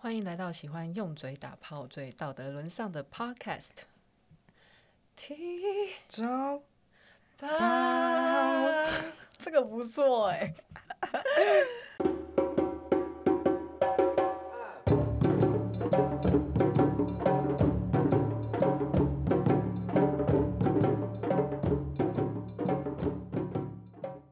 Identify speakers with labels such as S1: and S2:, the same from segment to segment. S1: 欢迎来到喜欢用嘴打炮、最道德沦丧的 Podcast。提
S2: 招
S1: 吧，
S2: 这个不错哎、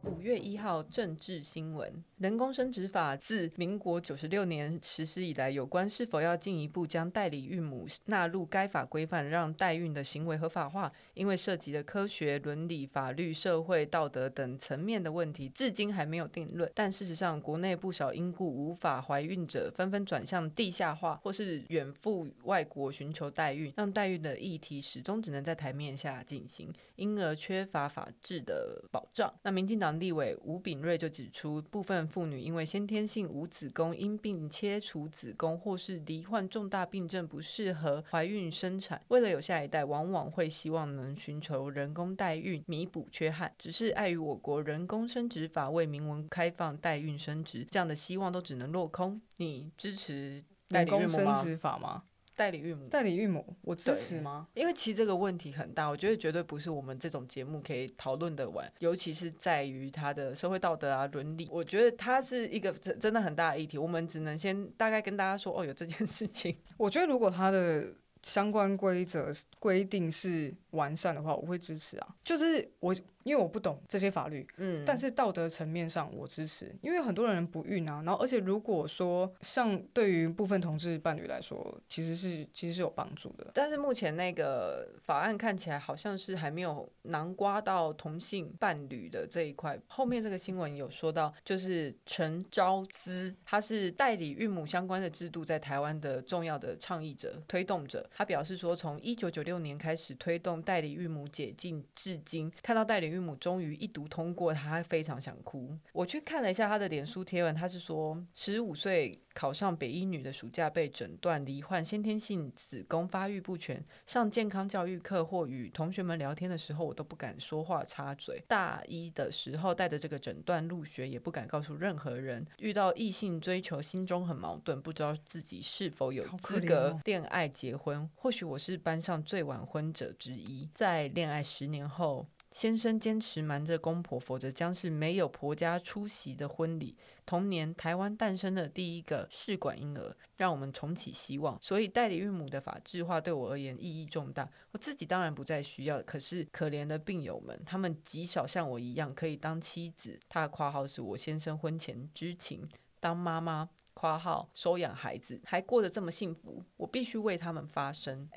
S1: 五月一号政治新闻：人工生殖法自民国九十六年实施以来，有关是否要进一步将代理孕母纳入该法规范，让代孕的行为合法化，因为涉及的科学、伦理、法律、社会、道德等层面的问题，至今还没有定论。但事实上，国内不少因故无法怀孕者，纷纷转向地下化或是远赴外国寻求代孕，让代孕的议题始终只能在台面下进行。因而缺乏法治的保障。那民进党立委吴炳瑞就指出，部分妇女因为先天性无子宫，因病切除子宫，或是罹患重大病症，不适合怀孕生产。为了有下一代，往往会希望能寻求人工代孕弥补缺憾。只是碍于我国人工生殖法为明文开放代孕生殖，这样的希望都只能落空。你支持代
S2: 人
S1: 理孕
S2: 工
S1: 母
S2: 生
S1: 吗？
S2: 殖法吗？
S1: 代理孕母。
S2: 代理孕母，我支
S1: 对
S2: 持吗？
S1: 因为其实这个问题很大，我觉得绝对不是我们这种节目可以讨论的完，尤其是在于它的社会道德啊、伦理，我觉得它是一个真真的很大的议题。我们只能先大概跟大家说，哦，有这件事情。
S2: 我觉得如果它的相关规则规定是完善的话，我会支持啊。就是我因为我不懂这些法律，
S1: 嗯
S2: 但是道德层面上我支持，因为很多人不孕啊。然后而且如果说像对于部分同志伴侣来说，其实是其实是有帮助的。
S1: 但是目前那个法案看起来好像是还没有囊括到同性伴侣的这一块。后面这个新闻有说到，就是陈昭资，他是代理孕母相关的制度在台湾的重要的倡议者、推动者。他表示说，从一九九六年开始推动代理孕母解禁至今，看到代理孕母终于一读通过，他非常想哭。我去看了一下他的脸书贴文，他是说十五岁考上北医女的暑假被诊断罹患先天性子宫发育不全，上健康教育课或与同学们聊天的时候，我都不敢说话插嘴。大一的时候带着这个诊断入学，也不敢告诉任何人。遇到异性追求，心中很矛盾，不知道自己是否有
S2: 好可
S1: 资
S2: 怜
S1: 格
S2: 哦
S1: 恋爱结婚。或许我是班上最晚婚者之一。在恋爱十年后。先生坚持瞒着公婆，否则将是没有婆家出席的婚礼。同年，台湾诞生了第一个试管婴儿，让我们重启希望。所以，代理孕母的法制化对我而言意义重大。我自己当然不再需要，可是可怜的病友们，他们极少像我一样可以当妻子。他的括号是我先生婚前知情，当妈妈。括号收养孩子，还过得这么幸福，我必须为他们发声。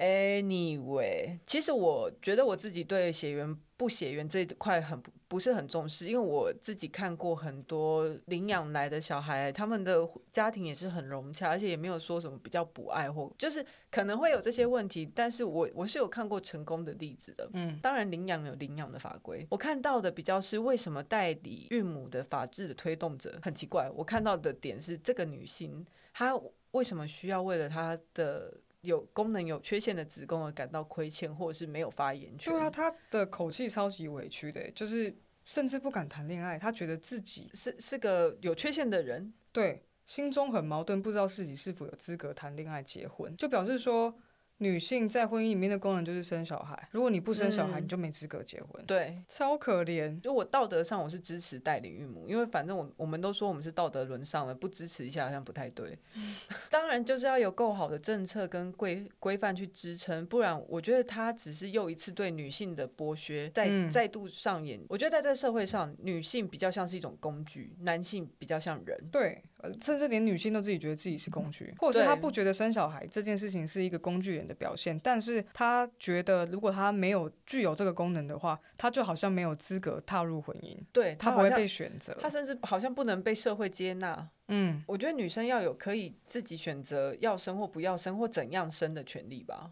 S1: Anyway，其实我觉得我自己对血缘不血缘这一块很不不是很重视，因为我自己看过很多领养来的小孩，他们的家庭也是很融洽，而且也没有说什么比较不爱或就是可能会有这些问题，但是我我是有看过成功的例子的。
S2: 嗯，
S1: 当然，领养有领养的法规。我看到的比较是为什么代理孕母的法制的推动者很奇怪。我看到的点是，这个女性她为什么需要为了她的有功能有缺陷的子宫而感到亏欠，或者是没有发言权？
S2: 对啊，他的口气超级委屈的、欸就是甚至不敢谈恋爱，他觉得自己
S1: 是是个有缺陷的人。
S2: 对，心中很矛盾，不知道自己是否有资格谈恋爱、结婚，就表示说，女性在婚姻里面的功能就是生小孩，如果你不生小孩，
S1: 嗯
S2: 你就没资格结婚，
S1: 对，
S2: 超可怜。
S1: 就我道德上我是支持代理孕母，因为反正我我们都说我们是道德沦丧了，不支持一下好像不太对。
S2: 嗯
S1: 当然就是要有够好的政策跟规规范去支撑，不然我觉得它只是又一次对女性的剥削再、
S2: 嗯
S1: 再度上演。我觉得在这社会上，女性比较像是一种工具，男性比较像人。
S2: 对，呃甚至连女性都自己觉得自己是工具，或者
S1: 对
S2: 是她不觉得生小孩这件事情是一个工具人的表现，但是她觉得如果她没有具有这个功能的话，她就好像没有资格踏入婚姻，
S1: 对，她
S2: 她不
S1: 好
S2: 会
S1: 像
S2: 被选择。
S1: 她甚至好像不能被社会接纳。
S2: 嗯，
S1: 我觉得女生要有可以自己选择要生或不要生或怎样生的权利吧。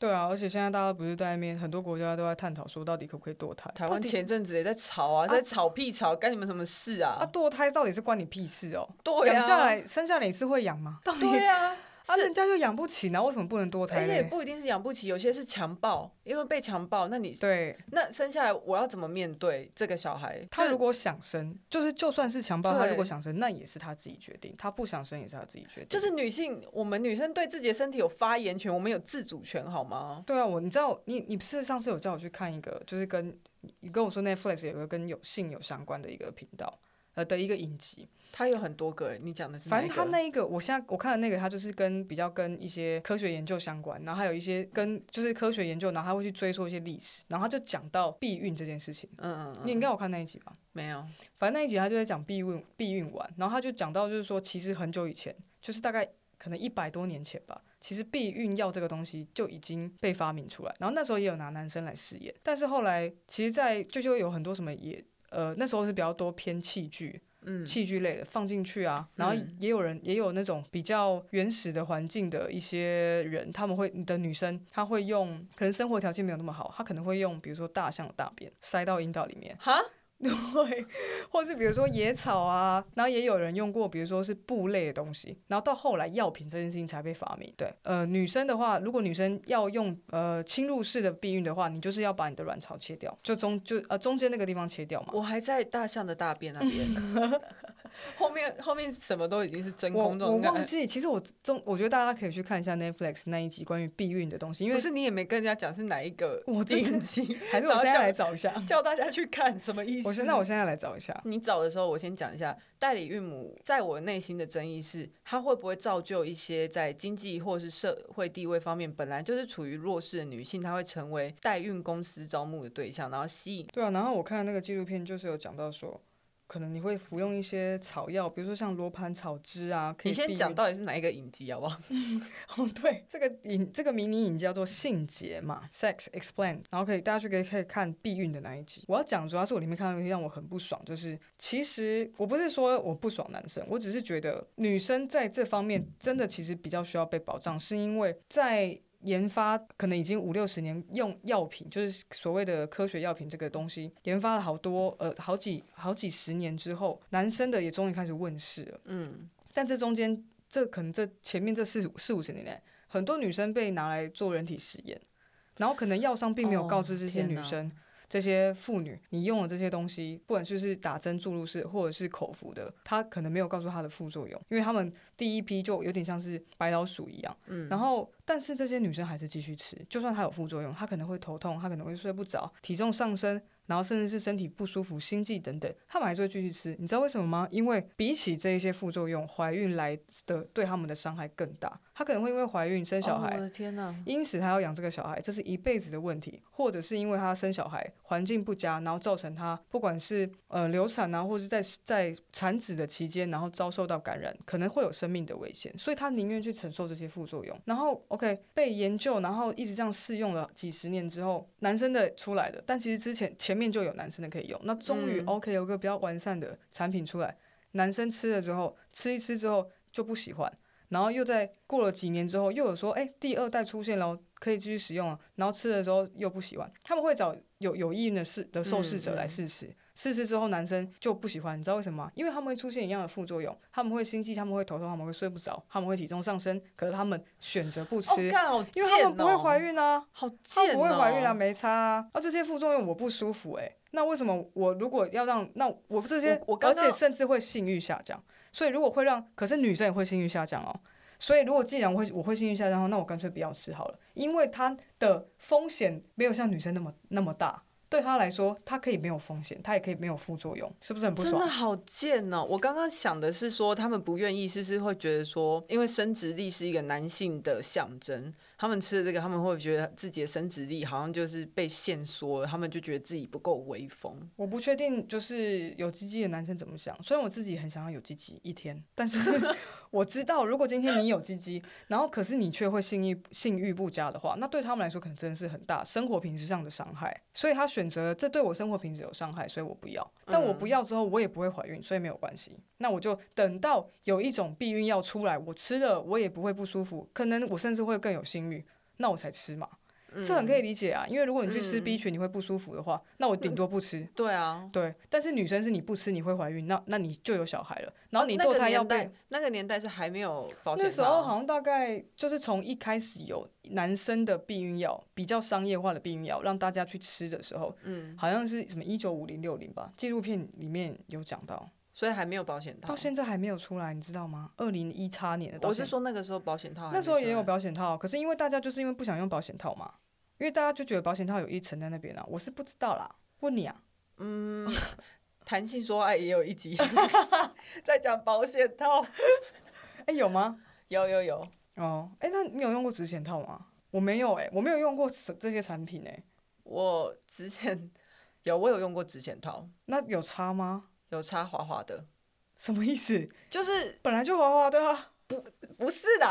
S2: 对啊，而且现在大家不是在那边，很多国家都在探讨说到底可不可以堕胎，
S1: 台
S2: 到
S1: 湾
S2: 底
S1: 前阵子也在吵啊，
S2: 啊
S1: 在吵屁吵，干你们什么事啊？
S2: 啊，堕胎到底是关你屁事哦、
S1: 对啊，
S2: 养下来生下来你是会养吗？到底
S1: 对啊，
S2: 啊，
S1: 是
S2: 人家就养不起，那为哎什么不能多
S1: 而
S2: 胎
S1: 且也
S2: 嘞？
S1: 不一定是养不起，有些是强暴，因为被强暴，那你
S2: 对
S1: 那生下来我要怎么面对这个小孩？
S2: 他
S1: 就
S2: 如果想生，就是就算是强暴，
S1: 对
S2: 他如果想生，那也是他自己决定；他不想生也是他自己决定。
S1: 就是女性，我们女生对自己的身体有发言权，我们有自主权，好吗？
S2: 对啊，我你知道，你你不是上次有叫我去看一个，就是跟你跟我说 Netflix 有个跟有性有相关的一个频道，呃的一个影集。
S1: 它有很多个，欸你讲的是哪
S2: 反
S1: 一
S2: 正
S1: 个
S2: 他那一个，我现在我看的那个，他就是跟比较跟一些科学研究相关，然后还有一些跟就是科学研究，然后他会去追溯一些历史，然后他就讲到避孕这件事情。
S1: 嗯嗯
S2: 你应该有看那一集吧？
S1: 没有，
S2: 反正那一集他就在讲避孕避孕丸，然后他就讲到就是说，其实很久以前，就是大概可能一百多年前吧，其实避孕药这个东西就已经被发明出来，然后那时候也有拿男生来试验，但是后来其实在，就就有很多什么也呃那时候是比较多偏器具
S1: 嗯
S2: 器具类的放进去啊，然后
S1: 嗯
S2: 也有人也有那种比较原始的环境的一些人，他们会你的女生她会用，可能生活条件没有那么好，她可能会用比如说大象的大便塞到阴道里面。
S1: 哈，
S2: 对，或是比如说野草啊，然后也有人用过，比如说是布类的东西，然后到后来药品这件事情才被发明。对，呃，女生的话，如果女生要用呃侵入式的避孕的话，你就是要把你的卵巢切掉，就中就呃中间那个地方切掉嘛。
S1: 我还在大象的大便那边， 后面后面什么都已经是真
S2: 我
S1: 空
S2: 我
S1: 状
S2: 忘
S1: 态。
S2: 记，其实我中我觉得大家可以去看一下 Netflix 那一集关于避孕的东西，因
S1: 不
S2: 为
S1: 是你也没跟人家讲是哪一个
S2: 我真的
S1: 影 集，
S2: 还是我
S1: 然后
S2: 现
S1: 叫
S2: 在来找一 下，
S1: 叫大家去看，什么意思？
S2: 我现那我现在来找一下。
S1: 你找的时候，我先讲一下代理孕母在我内心的争议是，她会不会造就一些在经济或是社会地位方面本来就是处于弱势的女性，她会成为代孕公司招募的对象，然后吸引。
S2: 对啊，然后我看那个纪录片，就是有讲到说，可能你会服用一些草药，比如说像罗盘草汁啊，可以
S1: 你先
S2: 避
S1: 讲
S2: 孕。
S1: 到底是哪一个影集好不好？
S2: 哦，对，这个影这个迷你影叫做《性节》嘛，《Sex Explained》，然后可以大家去可以可以看避孕的那一集。我要讲主要是我里面看到一个让我很不爽，就是其实我不是说我不爽男生，我只是觉得女生在这方面真的其实比较需要被保障，是因为在。研发可能已经五六十年，用药品就是所谓的科学药品这个东西，研发了好多呃好几好几十年之后，男生的也终于开始问世了。
S1: 嗯，
S2: 但这中间，这可能这前面这四五四五十年来，很多女生被拿来做人体实验，然后可能药商并没有
S1: 哦
S2: 告知这些
S1: 天
S2: 女
S1: 哪
S2: 生、这些妇女，你用了这些东西，不管就是打针注入式或者是口服的，她可能没有告诉她的副作用，因为他们第一批就有点像是白老鼠一样，
S1: 嗯
S2: 然后但是这些女生还是继续吃，就算她有副作用，她可能会头痛，她可能会睡不着，体重上升。然后甚至是身体不舒服、心悸等等，她们还是会继续吃。你知道为什么吗？因为比起这一些副作用，怀孕来的对她们的伤害更大。她可能会因为怀孕生小孩，
S1: 哦我的天哪！
S2: 因此他要养这个小孩，这是一辈子的问题，或者是因为他生小孩环境不佳，然后造成他不管是呃流产啊，或者是在在产子的期间，然后遭受到感染，可能会有生命的危险，所以他宁愿去承受这些副作用。然后 OK 被研究，然后一直这样试用了几十年之后，男生的出来的，但其实之前前面就有男生的可以用，那终于
S1: 嗯
S2: OK 有个比较完善的产品出来，男生吃了之后，吃一吃之后就不喜欢。然后又在过了几年之后，又有说，哎、第二代出现了，可以继续使用啊。然后吃的时候又不喜欢，他们会找有有意愿的试的受试者
S1: 嗯
S2: 来试试。试试之后，男生就不喜欢，你知道为什么吗？因为他们会出现一样的副作用，他们会心悸，他们会头痛，他们会睡不着，他们会体重上升。可是他们选择不吃，
S1: 哦，干好
S2: 因
S1: 贱
S2: 为他
S1: 哦！
S2: 们不会怀，孕啊。
S1: 好贱
S2: 她
S1: 哦！
S2: 不会怀孕啊，没差啊。啊，这些副作用我不舒服哎、那为什么我如果要让那我这些，
S1: 我我刚刚
S2: 而且甚至会性欲下降，所以如果会让，可是女生也会性欲下降哦。所以如果既然我会我会性欲下降的话，那我干脆不要吃好了，因为它的风险没有像女生那么那么大。对她来说，她可以没有风险，她也可以没有副作用，是不是很不
S1: 真的
S2: 爽？啊
S1: 好贱哦！我刚刚想的是说，他们不愿意，是是会觉得说，因为生殖力是一个男性的象征，他们吃了这个，他们会觉得自己的生殖力好像就是被限缩了，他们就觉得自己不够威风。
S2: 我不确定，就是有鸡鸡的男生怎么想。虽然我自己很想要有鸡鸡一天，但是我知道，如果今天你有鸡鸡，然后可是你却会性欲性欲不佳的话，那对他们来说可能真的是很大生活品质上的伤害。所以他选择这对我生活品质有伤害，所以我不要。但我不要之后，我也不会怀孕，所以没有关系。那我就等到有一种避孕药出来，我吃了我也不会不舒服，可能我甚至会更有性欲，那我才吃嘛。这很可以理解啊，因为如果你去吃 B 群你会不舒服的话，那我顶多不吃。
S1: 对啊，
S2: 对，但是女生是你不吃你会怀孕，那那你就有小孩了，然后你
S1: 那
S2: 堕
S1: 个
S2: 胎要
S1: 年代
S2: 被
S1: 那个年代是还没有保险
S2: 那
S1: 套，啊
S2: 时候好像大概就是从一开始有男生的避孕药比较商业化的避孕药让大家去吃的时候，
S1: 嗯，
S2: 好像是什么一九五零六零吧，纪录片里面有讲到，
S1: 所以还没有保险套啊
S2: 到。现在还没有出来，你知道吗？二零一叉年的，到
S1: 我是
S2: 现在
S1: 说那个时候保险套还没
S2: 那时候也有
S1: 出来，
S2: 保险套，啊可是因为大家就是因为不想用保险套嘛，因为大家就觉得保险套有一层在那边啊，我是不知道啦，问你啊，
S1: 嗯，弹性说哎爱也有一 集，
S2: 在讲保险套，哎、有吗？
S1: 有有有，
S2: 哦，哎、那你有用过止险套吗？我没有哎、我没有用过这这些产品哎、
S1: 我之前有我有用过指险套，
S2: 那有差吗？
S1: 有擦滑滑的，
S2: 什么意思？
S1: 就是
S2: 本来就滑滑的啊，
S1: 不是的，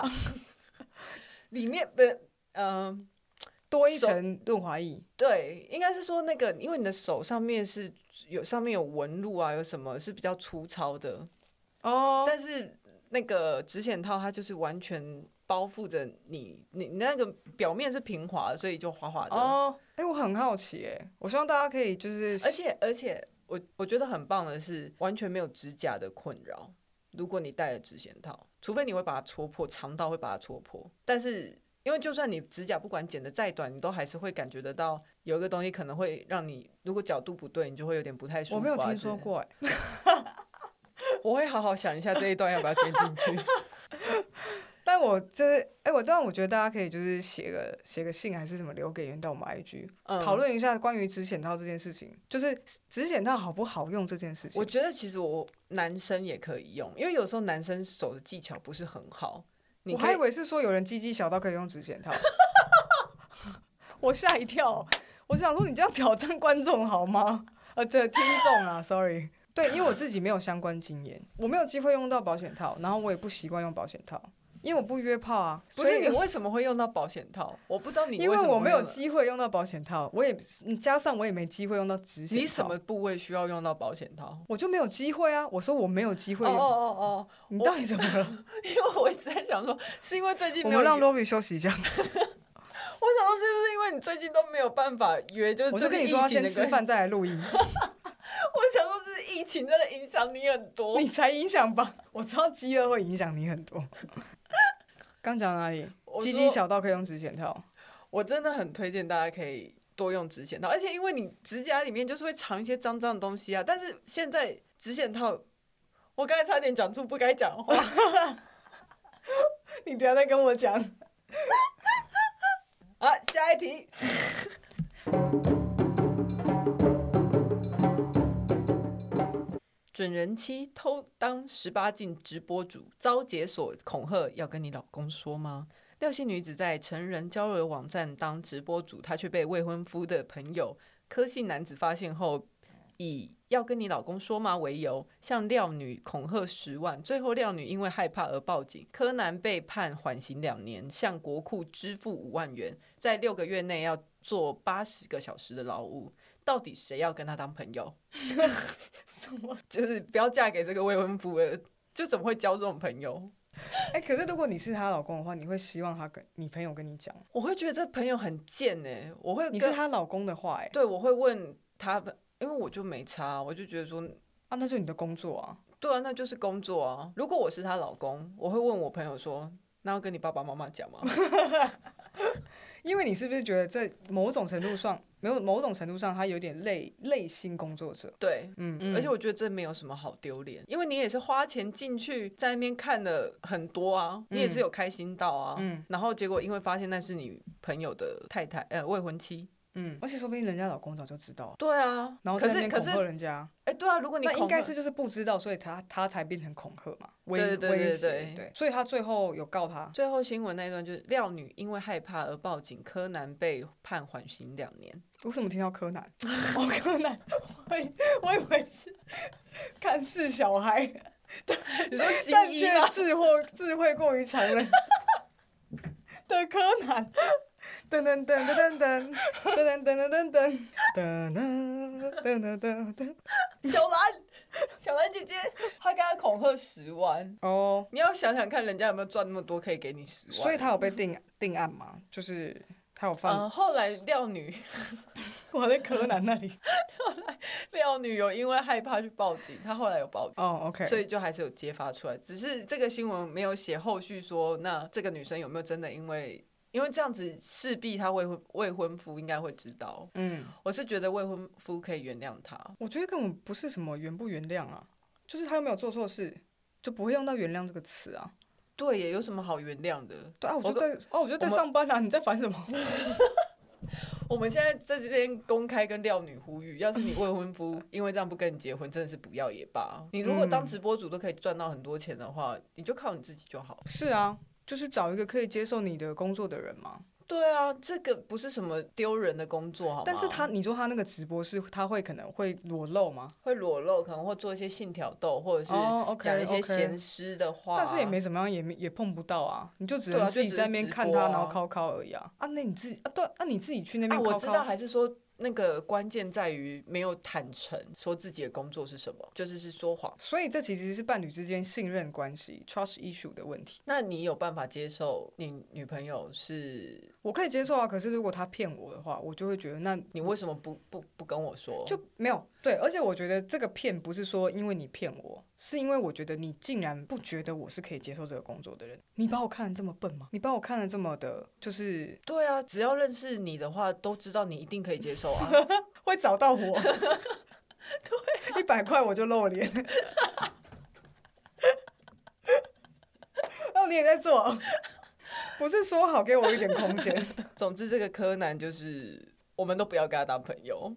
S1: 里面的嗯、
S2: 多一
S1: 手
S2: 层润滑液，
S1: 对，应该是说那个，因为你的手上面是有上面有纹路啊，有什么是比较粗糙的，
S2: 哦
S1: 但是那个指险套它就是完全包覆着你，你你那个表面是平滑的，所以就滑滑的。
S2: 哦，哎、我很好奇哎、我希望大家可以就是，
S1: 而且而且，我我觉得很棒的是，完全没有指甲的困扰。如果你戴了指甲套，除非你会把它戳破，长到会把它戳破。但是因为就算你指甲不管剪得再短，你都还是会感觉得到有一个东西可能会让你，如果角度不对，你就会有点不太舒服、啊
S2: 我没有听说，过哎、
S1: 我会好好想一下这一段要不要剪进 去。
S2: 但我就是，哎、我当然我觉得大家可以就是写个写个信还是什么留给言到我们 IG
S1: 嗯
S2: 讨论、一下关于止显套这件事情，就是止显套好不好用这件事情。
S1: 我觉得其实我男生也可以用，因为有时候男生手的技巧不是很好，你
S2: 我
S1: 可
S2: 还以
S1: 以
S2: 为是说有人鸡鸡小到可以用止 显套，我吓一跳，我想说你这样挑战观众好吗？呃，对，听众啊，sorry。对，因为我自己没有相关经验，我没有机会用到保险套，然后我也不习惯用保险套，因为我不约炮啊。
S1: 不
S2: 所
S1: 是
S2: 以
S1: 你为什么会用到保险套？我不知道你
S2: 因
S1: 为
S2: 为
S1: 什么
S2: 我
S1: 会
S2: 没有
S1: 用到
S2: 机会用到保险套，我也嗯加上我也没机会用到直险套，
S1: 你什么部位需要用到保险套？
S2: 我就没有机会啊！我说我没有机会
S1: 哦
S2: 用，
S1: 哦哦
S2: 你到底怎么了？
S1: 哦，因为我一直在想说，是因为最近
S2: 我
S1: 没有
S2: 们让
S1: 约
S2: Lori 休息 一下。
S1: 我想说，是不是因为你最近都没有办法约？就是
S2: 我就跟你说要
S1: 最近
S2: 先
S1: 疫情
S2: 吃
S1: 的关系。
S2: 饭再来录音，
S1: 我想说，这是疫情真的影响你很多。
S2: 你才影响吧？我知道饥饿会影响你很多。 刚讲哪里？
S1: 我
S2: 鸡
S1: 说
S2: 鸡小到可以用止血套，
S1: 我真的很推荐大家可以多用指显套，而且因为你指甲里面就是会藏一些脏脏的东西啊。但是现在指显套，我刚才差点讲出不该讲的话。
S2: 你不要再跟我讲。
S1: 好，下一题。准人妻偷当十八禁直播主，遭解锁恐吓，要跟你老公说吗？廖姓女子在成人交友网站当直播主，她却被未婚夫的朋友柯姓男子发现后，以要跟你老公说吗为由，向廖女恐吓十万。最后廖女因为害怕而报警，柯南被判缓刑两年，向国库支付五万元，在六个月内要做八十个小时的劳务。到底谁要跟他当朋友？ 就是不要嫁给这个未婚夫的，就怎么会交这种朋友？
S2: 哎、可是如果你是她老公的话，你会希望她跟你朋友跟你讲，
S1: 我会觉得这朋友很贱哎、我会
S2: 你
S1: 跟
S2: 是她老公的话、哎，
S1: 对，我会问他，因为我就没差，我就觉得说，
S2: 啊，那就你的工作啊。
S1: 对啊，那就是工作啊。如果我是她老公，我会问我朋友说，那要跟你爸爸妈妈讲 吗？
S2: 因为你是不是觉得在某种程度上，没有某种程度上，他有点类类型工作者？
S1: 对。
S2: 嗯，
S1: 而且我觉得这没有什么好丢脸，因为你也是花钱进去，在那边看了很多啊，你也是有开心到啊，
S2: 嗯
S1: 然后结果因为发现那是你朋友的太太，呃，未婚妻，
S2: 嗯，而且说不定人家老公早就知道，
S1: 对啊，
S2: 然后
S1: 可
S2: 在那
S1: 是
S2: 边
S1: 可
S2: 恐
S1: 是，
S2: 吓
S1: 哎、
S2: 人家，
S1: 对啊，如果你
S2: 那应
S1: 恐
S2: 该
S1: 吓
S2: 是就是不知道，所以他他才变成恐吓嘛，威
S1: 对对对
S2: 威
S1: 对
S2: 胁
S1: 对
S2: 对，所以他最后有告他，
S1: 最后新闻那一段就是廖女因为害怕而报警，柯南被判缓刑两 年。
S2: 我怎么听到柯南？ 哦，柯南， 我以我以为是看似小孩，
S1: 你说新
S2: 但
S1: 一
S2: 却
S1: 吗？
S2: 智慧智慧过于常人 的柯南。噔噔噔噔噔噔噔噔噔噔噔噔噔噔噔噔噔。
S1: 小兰，小兰姐姐，她跟他恐吓十万，
S2: 哦，
S1: 你要想想看人家有没有赚那么多可以给你十万。
S2: 所以他有被定定案吗？就是他有放、
S1: 嗯，后来廖女
S2: 我在柯南那里。
S1: 廖女有因为害怕去报警，她后来有报警。
S2: 哦，OK、o k
S1: 所以就还是有揭发出来，只是这个新闻没有写后续说，那这个女生有没有真的因为因为这样子，势必她未婚未婚夫应该会知道。
S2: 嗯，
S1: 我是觉得未婚夫可以原谅她，
S2: 我觉得根本不是什么原不原谅啊，就是他又没有做错事，就不会用到原谅这个词啊。
S1: 对耶，有什么好原谅的？
S2: 对啊，我
S1: 我
S2: 就在哦，我就在
S1: 我们
S2: 上班啊，你在烦什么？
S1: 我们现在在这边公开跟廖女呼吁，要是你未婚 夫因为这样不跟你结婚，真的是不要也罢。你如果
S2: 嗯
S1: 当直播主都可以赚到很多钱的话，你就靠你自己就好。
S2: 是啊，就是找一个可以接受你的工作的人嘛。
S1: 对啊，这个不是什么丢人的工作，好吗？
S2: 但是他，你说他那个直播是他会可能会裸露吗？
S1: 会裸露，可能会做一些性挑逗，或者是
S2: 哦，OK，
S1: 讲一些
S2: OK
S1: 闲诗的话。啊
S2: 但是也没怎么样，啊也没也碰不到啊，你就只
S1: 对啊
S2: 能
S1: 就
S2: 自己
S1: 只是
S2: 在那边
S1: 直
S2: 看
S1: 播
S2: 他，
S1: 啊
S2: 然后敲敲而已啊。啊，那你自己啊，对啊，那你自己去那
S1: 啊，
S2: 边敲敲。
S1: 我知道，还是说那个关键在于没有坦诚说自己的工作是什么，就是是说谎。
S2: 所以这其实是伴侣之间信任关系 （trust issue） 的问题。
S1: 那你有办法接受你女朋友是？
S2: 我可以接受啊，可是如果他骗我的话，我就会觉得那
S1: 你为什么不不不跟我说？
S2: 就没有对。而且我觉得这个骗不是说因为你骗我，是因为我觉得你竟然不觉得我是可以接受这个工作的人。你把我看得这么笨吗？你把我看得这么的，就是
S1: 对啊，只要认识你的话，都知道你一定可以接受 啊。
S2: 会找到我。 对、一百块我就露脸。哦，你也在做，不是说好给我一点空间？
S1: 总之，这个柯南就是我们都不要跟他当朋友。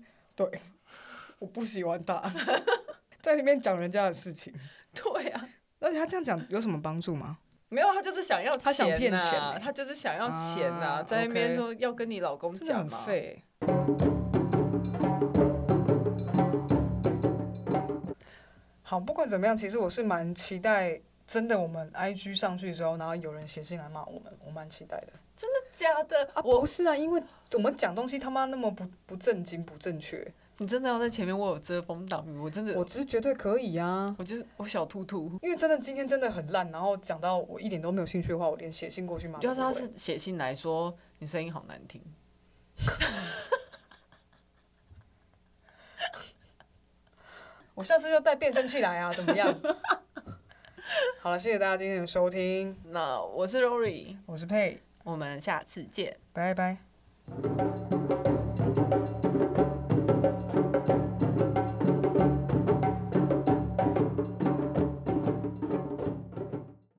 S2: 我不喜欢他， 在里面讲人家的事情。
S1: 对啊，
S2: 而且他这样讲有什么帮助吗？
S1: 没有，他就是想要钱、啊，
S2: 他想骗钱欸
S1: 他就是想要钱呐、
S2: 啊
S1: 在那边
S2: OK
S1: 说要跟你老公
S2: 真的
S1: 讲啊
S2: 很
S1: 嘛。
S2: 废欸。好，不管怎么样，其实我是蛮期待，真的我们 IG 上去之后，然后有人写信来骂我们，我蛮期待的。
S1: 假的，
S2: 我
S1: 我
S2: 不是啊，因为怎么讲东西他妈那么不不正经、不正确，
S1: 你真的要在前面为我遮风挡雨，我真的
S2: 我只是绝对可以啊。
S1: 我就是我小兔兔。
S2: 因为真的今天真的很烂，然后讲到我一点都没有兴趣的话，我连写信过去骂都不
S1: 要
S2: 会。
S1: 是他是写信来说你声音好难听，
S2: 我下次就带变声器来啊，怎么样？ 好了，谢谢大家今天的收听，
S1: 那我是 Rory，
S2: 我是佩，
S1: 我们下次见。
S2: 拜拜。